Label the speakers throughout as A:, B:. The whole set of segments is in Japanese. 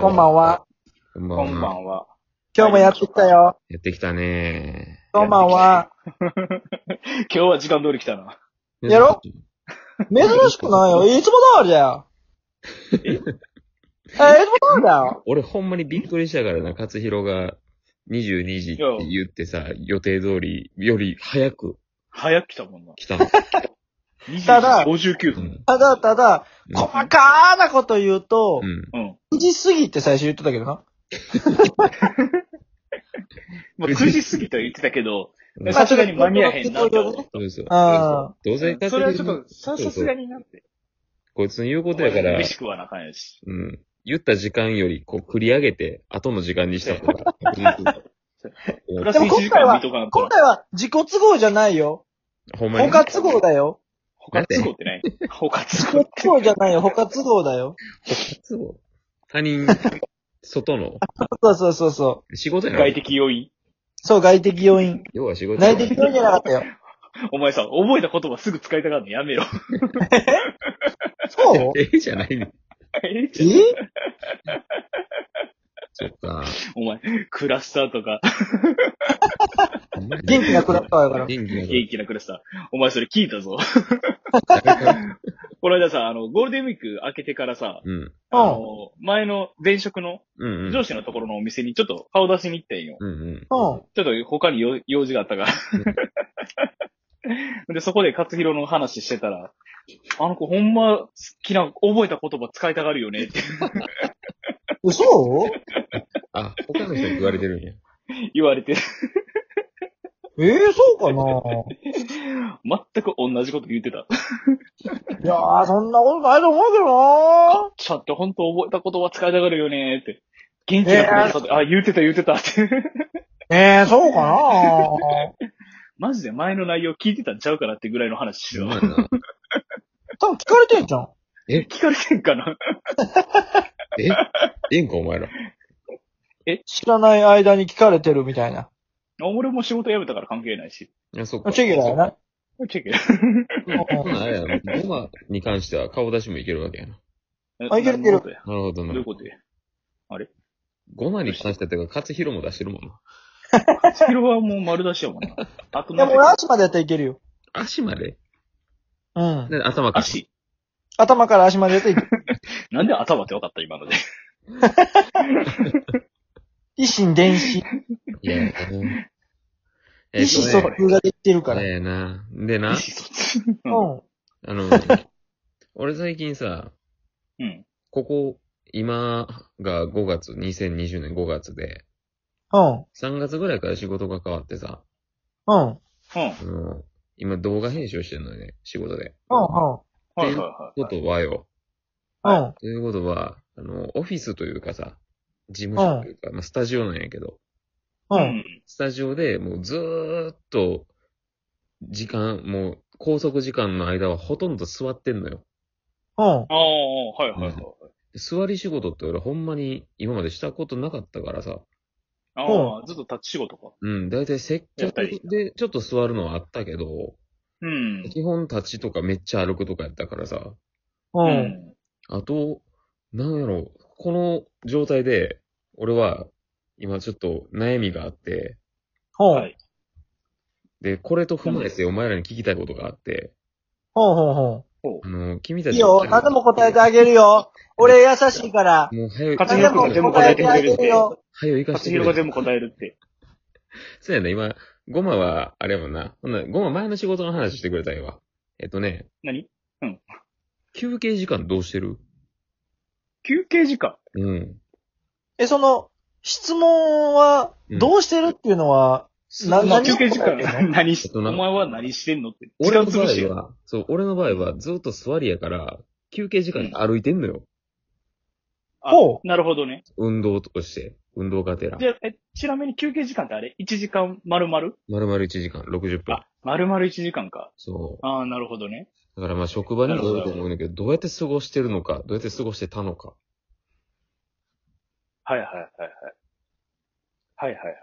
A: こんばんは。
B: こんばん
C: こ
B: は。
C: んばんは。
A: 今日もやってきたよ。
B: やってきたね
A: こんばんは。
C: 今日は時間通り来たな。
A: やろ珍しくないよ。いつも通りだよ。え、いつも通りだよ。
B: 俺ほんまにびっくりしたからな、勝弘が22時って言ってさ、予定通りより早く
C: 早く来たもんな。
B: 来たの。
A: ただ
C: 2時59
B: う
C: 分。
B: ん
A: ただただ、細かなこと言うと
B: う、ん。
C: うん。
A: 9時過ぎって最初言ってたけどな。
C: まあ、9時過ぎとは言ってた けど、
B: うん
C: さすがに間に合えへんなって思っ
B: そうですよ。
A: あ
B: どうせ
C: た。
B: 勝
C: それは
B: 弘
C: ちょっと、さ、さすがになって。
B: こいつの言うことやから、
C: 飯食わなあかんやし。
B: うん。言った時間より、こう、繰り上げて、後の時間にしたから。
C: プ
B: う
C: ラ
B: ん
C: ス1時間見とかん
A: 今
C: と。
A: 回は自己都合じゃないよ。
B: ほんまに。
A: 他都合だよ。
C: 他都合ってない他
A: 自
C: 都合
A: 己
C: っ
A: 都合じゃないよ。他都合だよ。
B: そう他人、外の、
A: そうそうそうそう。
B: 仕事
C: て
B: やな
C: 外。的要因。
A: そう、外的要因。
B: 要は仕事や
A: 内
B: な
A: 的要因じゃなかったよ。
C: お前さ、覚えた言葉すぐ使いたがるのやめろ。
A: そう
B: ええじゃないの。
A: え
B: そっか。
C: お前、クラスターとか、
A: 元気なクラスターやから
B: 元気なク
C: 元気なクラスター。お前それ聞いたぞ。
B: ラスター
C: この間さ、あの、ゴールデンウィーク明けてからさ、
B: うん。
C: あの、前の前職の
B: うんうん。
C: 上司のところのお店にちょっと顔出しに行ったんよ。
B: うんうん。
A: うん。
C: ちょっと他に用用事があったから。 で、そこで勝弘の話してたら、あの子ほんま好きな、覚えた言葉使いたがるよねって
A: 嘘
B: あ、他の人に言われてるんや。
C: 言われて、
A: ええそうかな
C: 全く同じこと言ってた。
A: いやー、そんなことないと思うけどな
C: ちょっとほんと覚えた言葉使いたがるよねって。元気な子だったあ、言ってた言ってたって。
A: ええそうかな
C: マジで前の内容聞いてたんちゃうかなってぐらいの話し
B: う
C: よう
B: ま。いな。
A: 多分聞かれてんじゃん。
C: 聞かれてんかな
B: えええんか、お前ら。
A: 知らない間に聞かれてるみたいな。
C: 俺も仕事辞めたから関係ないし。
B: あ、そっか。
A: チェキだよな。
C: チェケ
B: ほなあれやな。ゴマに関しては顔出しもいけるわけやな。
A: あいけるいける
C: ど
B: なるほど
C: う
B: な
C: いう。ことや。
B: ゴマに関してはてか、勝弘も出してるもんな。
C: スピロはもう丸出しやもんな。あと
A: で
C: なん
A: も俺
C: か、
A: 足までやったらいけるよ。
B: 足まで
A: うん。
B: で頭から。
C: 足。
A: 頭から足までやったらいける。
C: なんで頭って分かった今の で。
A: 一心伝心。
B: いや、うんえ
A: 意
B: っと
A: 思
B: ね
A: 疎通ができてるから。
B: ええな。で
C: 意
B: な
C: 思、疎通。
A: う
C: うん
A: ん。
B: あの、俺最近さ、
C: うん。
B: ここ、今が5月、2020年5月で、
A: うん。
B: 3月ぐらいから仕事が変わってさ、
A: うん。うん。
C: うん。
B: あの、今動画編集してるのよね、仕事で。
A: う
C: はいはい
B: こ
C: はい。
B: とはよ。
A: ん。うん。
B: ということは、あの、オフィスというかさ、事務所というか、まあ、スタジオなんやけど、
A: う。
C: うんん。
B: スタジオでもうずーっと、時間、もう、拘束時間の間はほとんど座ってんのよ。
A: うん。
C: ああ、はいはいはい。
B: 座り仕事って俺ほんまに今までしたことなかったからさ、
C: ああ、ずっと立ち仕事か。
B: うん、だいたい接
C: やっぱ
B: 客
C: り
B: でちょっと座るのはあったけど、
C: うん。
B: 基本立ちとかめっちゃ歩くとかやったからさ、
A: う。
C: うんん。
B: あと、なんやろ、この状態で、俺は今ちょっと悩みがあって、
A: うん。
C: はい。
B: で、これと踏まえてお前らに聞きたいことがあって、
A: うん。う
B: あの、君た
A: ん。
B: ち
A: いいよ。何でも答えてあげるよ。俺優しいから。
B: もう早い、
C: 勝
A: 何
C: 弘
A: で
C: 君が全
A: も
C: 部
A: 答
C: 答
A: え
C: え
A: て
C: て
A: あ
C: く
A: げ
C: れ
A: る
C: る
A: よ。
B: 早い行か
C: 勝
B: してく
C: 弘が
B: れ。
C: 全部答えるって。
B: そうやね、今、ゴマは、あれやもんな。ほんなゴマ前の仕事の話してくれたんやわ。えっとね、
C: 何
B: 休憩時間どうしてる
C: 休憩時間。
B: うん。
A: え、その、質問は、どうしてるっていうのは、な
C: まあ
A: 何を
C: 休憩時
A: 答えてん
C: 間。 何
B: え
C: し、
B: ってと
C: お
B: な
C: 前は何してんのって。時
B: 俺
C: 間
B: の場
C: 潰し
B: 合
C: よ。
B: は、そう、俺の場合はずっと座りやから、休憩時間に歩いてんのよ。
C: あ
A: ほ
C: なるほどね。
B: 運動として。運動がてら
C: じ。ゃあ、え、ちなみに休憩時間ってあれ ?1 時間丸々
B: 丸々1時間、60分
C: あ。、丸々1時間か。
B: そ
C: ああ、なるほどね。
B: う。だからまあ職場にもよると思うんだけど、どうやって過ごしてるのか、どうやって過ごしてたのか。
C: はいはいはいはい。はいはいはい。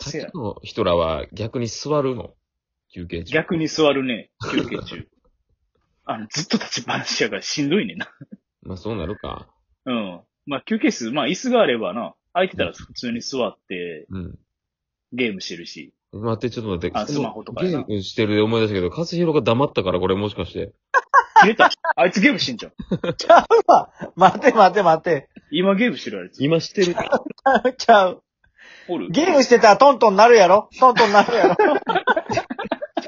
C: せ
B: 立
C: や
B: ちの人らは逆に座るの。休憩中。
C: 逆に座るね、休憩中。 あの、ずっと立ちっぱなしやからしんどいねんな。
B: まあそうなるか。
C: うん。まあ休憩室、まあ椅子があればな、空いてたら普通に座って
B: うん。
C: ゲームしてるし。
B: 待って、ちょっと待って。
C: あスマホとか
B: ゲ
C: やな
B: ームしてるで思い出したけど、勝弘が黙ったから、これもしかして。
C: 切れた あいつゲームしてんじゃん。
A: ちゃうわ。待て待て待て。
C: 今ゲームしてるあいつ。
B: 今して る。
A: ちゃう。
C: おる
A: ゲームしてたらトントンなるやろトントンなるやろ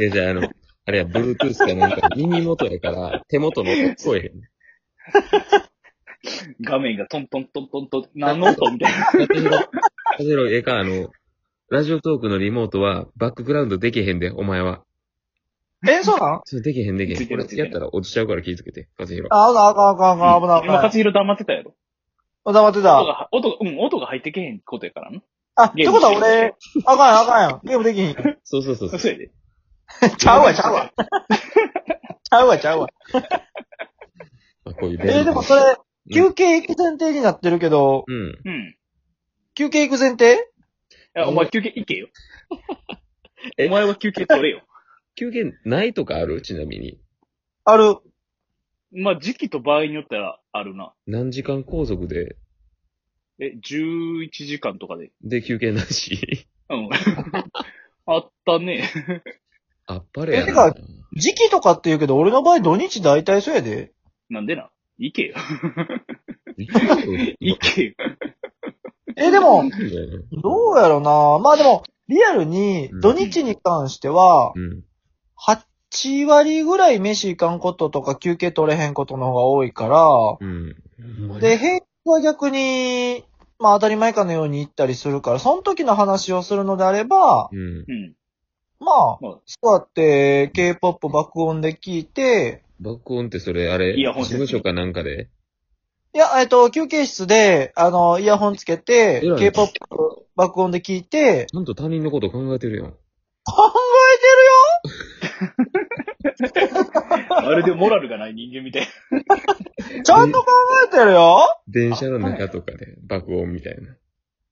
B: え、じゃあ、あの、あれや、ブルートゥースかなんか耳元や から、手元の音聞こえへん。
C: 画面がトントントントントン、何の音みたいな。
B: 勝弘、勝弘、ええか、あの、ラジオトークのリモートは、バックグラウンドできへんで、お前は。
A: え、そうなの
B: それできへんできへ
C: つ
B: ん。
C: いて
B: こ
C: る
B: れやったら落ちちゃうから気ぃつけて、勝弘。
A: あ、あかんあかん あかん、危な
C: 今、
A: い
C: 勝弘黙ってたやろ。
A: 危ない。黙って
C: 音
A: た。
C: が、音が、うん、音が入ってけへんことやからな。
A: あ、って
C: ゲー
A: こ
C: ム
A: とは俺、あかんやんあかんやん。ゲームできひん。
B: そうそうそうそう。
C: そうやで。
A: ちゃうわ、ちゃうわ。 ちゃうわ、ちゃうわ。
B: まあこういう
A: えーでもそれ、休憩行く前提になってるけど、
B: うん。
C: うん。い
A: 休憩行く前提
C: やお前休憩 行けよ。
B: え
C: お前は休憩取れよ。
B: 休憩ないとかあるちなみに。
A: ある。
C: まあ、時期と場合によったらあるな。
B: 何時間拘束で、
C: え、11時間とかで。
B: で休憩なし。
C: うん。 あったね。
B: あっぱれや
A: えて
B: な
A: か。時期とかって言うけど、俺の場合土日大体そうやで。
C: なんでな。行けよ。
B: い
C: 行けよ。
A: えーでも、
B: いんだよね
A: どうやろなまあでも、リアルに、土日に関しては
B: う、ん。
A: 8割ぐらい飯行かんこととか休憩取れへんことの方が多いから、
B: うん。
A: で、平日は逆に、まあ当たり前かのように行ったりするから、その時の話をするのであれば、
B: うん。
C: うん。
A: ま
C: まあ
A: あ、座って K-POP 爆音で聞いて、
B: 爆音ってそれ、あれ、
C: イ
B: 事
C: ヤホンして
B: 務所かなんかで
A: いや、えっと、休憩室で、あの、イヤホンつけて
B: 偉い、ね
A: K-POP 爆音で聞いて、
B: なんと他人のこと考えてるやん。
A: 考
C: まるでモラルがない人間みたい。
A: えてるちゃんと考えてるよ
B: 電車の中とかで爆音みたいな。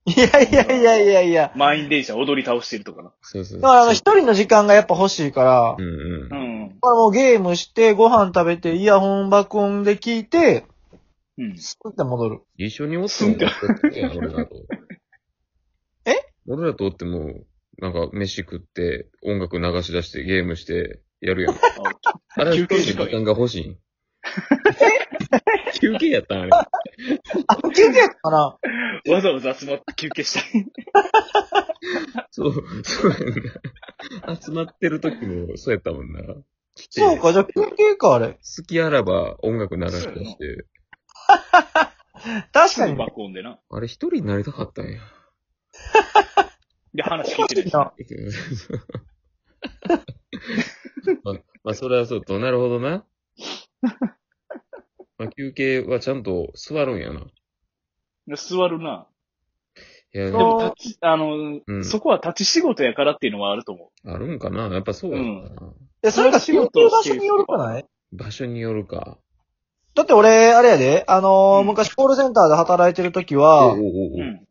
A: いやいやいやいやいや。
C: 満員電車踊り倒してるとかな。
B: そうそう
A: だから、あの、
B: そ
A: 一人の時間がやっぱ欲しいから、
B: う。うん
C: う
B: うん。
C: ん。
A: まあもうゲームして、ご飯食べて、イヤホン爆音で聞いて、
C: うん。
A: スッて戻る。
B: 一緒におって
C: そう
B: も
C: か、
B: 俺らと。
A: え
B: 俺らとおっても、なんか飯食って、音楽流し出して、ゲームして、や るやん。あれ、一人の
C: 休憩時
B: 時
C: 間
B: 間が欲しいん。休憩やったんあれ。
A: あ、休憩かな
C: わざわざ集まって休憩したい。
B: そう、そうやんな。集まってる時も、そうやったもんな。来て
A: そうか、じゃあ休憩か、あれ。
B: 好きあらば音楽流し出して、
A: 確
C: す
A: か
C: ぐ
A: に。
C: 爆音でな。
B: あれ一人になりたかったんや。
C: で、話聞いてるし。
A: な
B: ま、まあ、それはそうと、なるほどな。 まあ、休憩はちゃんと座るんやな。い
C: 座るな。
B: や、
C: で
B: でも、
C: も立ち、あの、
B: うん
C: そこは立ち仕事やからっていうのはあると思
B: あるんかなやっぱそうやな、
A: え、それが
C: そ
A: 仕
C: れは仕
A: 事
C: 事を
A: の
C: し
A: 場所
C: てる
A: によるくない
B: 場所によるか。
A: だって俺、あれやで、あのー
C: うん
A: 昔コールセンターで働いてる時
B: おう
A: は
B: おう、
C: う。
B: おう
C: うん。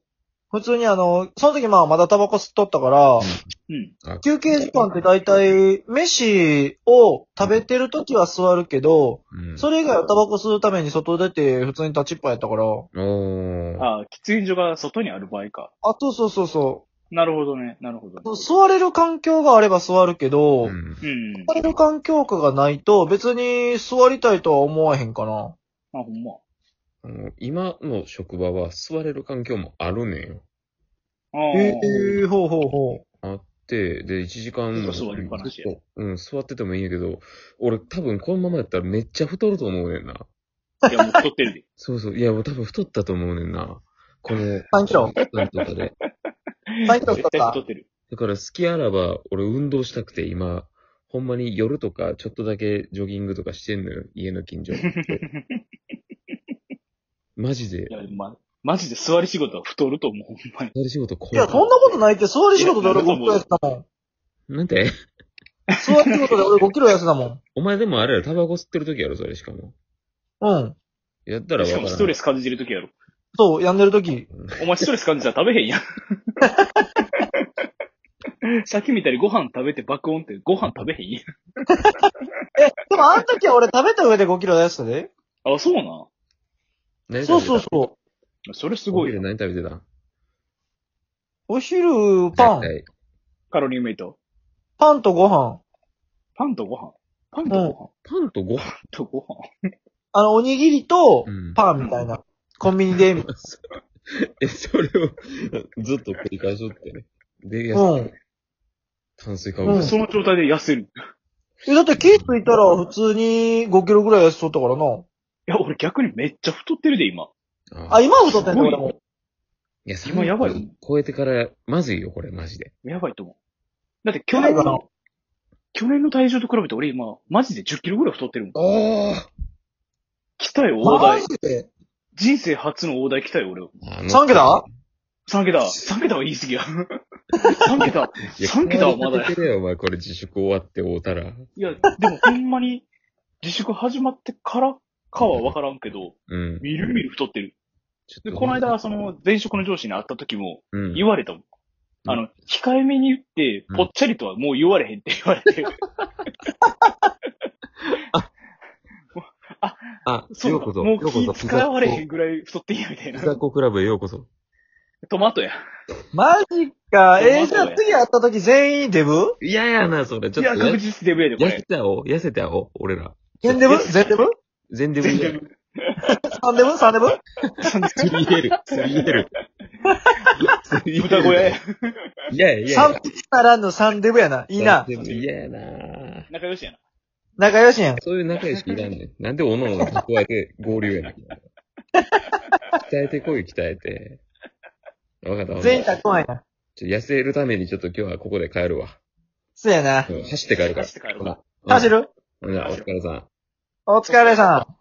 A: 普通にあの、その時まあまだタバコ吸っとったから、
C: うん。
A: 休憩時間って大体、飯を食べてる時は座るけど、
B: うん。
A: それ以外はタバコ吸うために外出て普通に立ちっぱやったから、
B: おー。
C: ああ、喫煙所が外にある場合か。
A: あ、そうそうそうそ
C: なるほどね。なるほどね。
A: う。座れる環境があれば座るけど、
B: うん
C: うん。
A: 座れる環境下がないと別に座りたいとは思わへんかな。
C: あ、ほんま。
B: あの今の職場は座れる環境もあるねんよ。
C: ああ。
A: へえー、ほうほうほう。
B: あって、で、1時間
C: ずっと座りっぱなしや
B: ずっとうん、座っててもいいんやけど、俺多分このままやったらめっちゃ太ると思うねんな。
C: いや、もう太ってるで。
B: そうそう。いや、もう多分太ったと思うねんな。この、
A: 3キロ
B: 時間とかで。
A: 3キロ太っ
C: 絶対
A: た
C: 太。ってる。
B: だから好きあらば、俺運動したくて今、ほんまに夜とかちょっとだけジョギングとかしてんのよ。家の 近所。マジで
C: い。や、ま、マジで座り仕事は太ると思う。ほんまに。
B: やる仕事
A: い
B: 怖
A: や、そんなことないって、座り仕事で俺5キロ痩せたもん。
B: なんて
A: 座り仕事で俺5キロ痩せたもん。
B: お前でもあれやろ、タバコ吸ってる時やろ、それしかも。
A: うん。
B: やったらわ
C: し
B: か
C: からも
B: ん
C: ストレス感じてる時やろ。
A: そう、病んでる時。
C: お前ストレス感じたら食べへん やん。さっきみたいにご飯食べて爆音ってご飯食べへんや
A: え、でもあの時は俺食べた上で5キロ痩せたで。
C: ん。あ、そうな。
B: 何食べた
A: そうそうそう。
C: それすごい
B: お昼
C: よ
B: 何食べてた
A: お昼、パン。
B: 絶
C: カロリーメイト。
A: パンとご飯。
C: パンとご飯パンとご飯、
B: 対パンとご飯。
C: とご飯
A: あの、おにぎりと
B: う、ん
A: パンみたいな。コンビニで、うん。
B: え、それをずっと繰り返しとってね。で、や炭水化物。
A: うん
C: その状態で痩せる。い
A: え、だって気ついたら普通に5キロぐらい痩せとったからな。
C: や、俺逆にめっちゃ太ってるで、今。
B: あ
A: あ、今太ってんの俺も。
B: いや、
C: 今やばいよ
B: 30超えてから、まずいよ、これ、マジで。
C: やばいと思う。だって去年
A: やばい
C: の、去年の体重と比べて俺今、マジで10キロぐらい太ってるも
B: お
C: ん。
B: ー
C: 来たよ、大
A: マ
C: 台。
A: ジで
C: 人生初の大台来たよ、俺。
B: あの
A: 三桁
C: 3桁。3桁は言い過ぎや。3桁。
B: いや
C: 三桁はまだ
B: こんなに食べてるよ、お前、これ自粛終わって会うたら。
C: いや、でもほんまに、自粛始まってからかはわからんけど、
B: うん。
C: みるみる太ってる。
B: ちょっ
C: で、
B: と
C: この間、その、前職の上司に会った時も、
B: うん。
C: 言われたもん。あの、控えめに言って
B: う、ん
C: ぽっちゃりとはもう言われへんって言われて。
B: あ、
C: そう
B: よ
C: だ
B: うこそ。
C: もう
B: よこそ
C: 気使われへんぐらい太ってんや、みたい
B: ピ
C: な。
B: ザコクラブへようこそ。
C: トマトや。
A: マジか。えー、
C: トマトや
A: じゃあ次会った時全員デブ
B: 嫌やな、それ。ち
C: い
B: ょっと
C: や、確
B: や。
C: 実デブやで、こ
B: 痩せ
C: れ。
B: たお、痩せたお、俺ら。
A: 全デブ全デブ
B: 全然
C: 全
B: 言え
C: 然
B: る。。
A: ?3 デブ ?3 デブ
B: すり減る。すり減る。
C: 豚小屋や。
B: いやいやいや。
A: ?3 匹ならぬ3デブやな。いいな。
B: 嫌やな。
C: 仲良しやな。
A: 仲良しやん。
B: そういう仲良しいらんねん。なんでおのおの蓄えて合流やねん。鍛えてこい、鍛えて。わかったわか
A: 全員
B: った。
A: たくまいな。
B: ちょ痩せるためにちょっと今日はここで帰るわ。
A: そうやな
B: う。ん走って帰るから。
C: 走って帰ろう
B: ほな
A: 走る
B: ほなお疲れさん。
A: お疲れさん。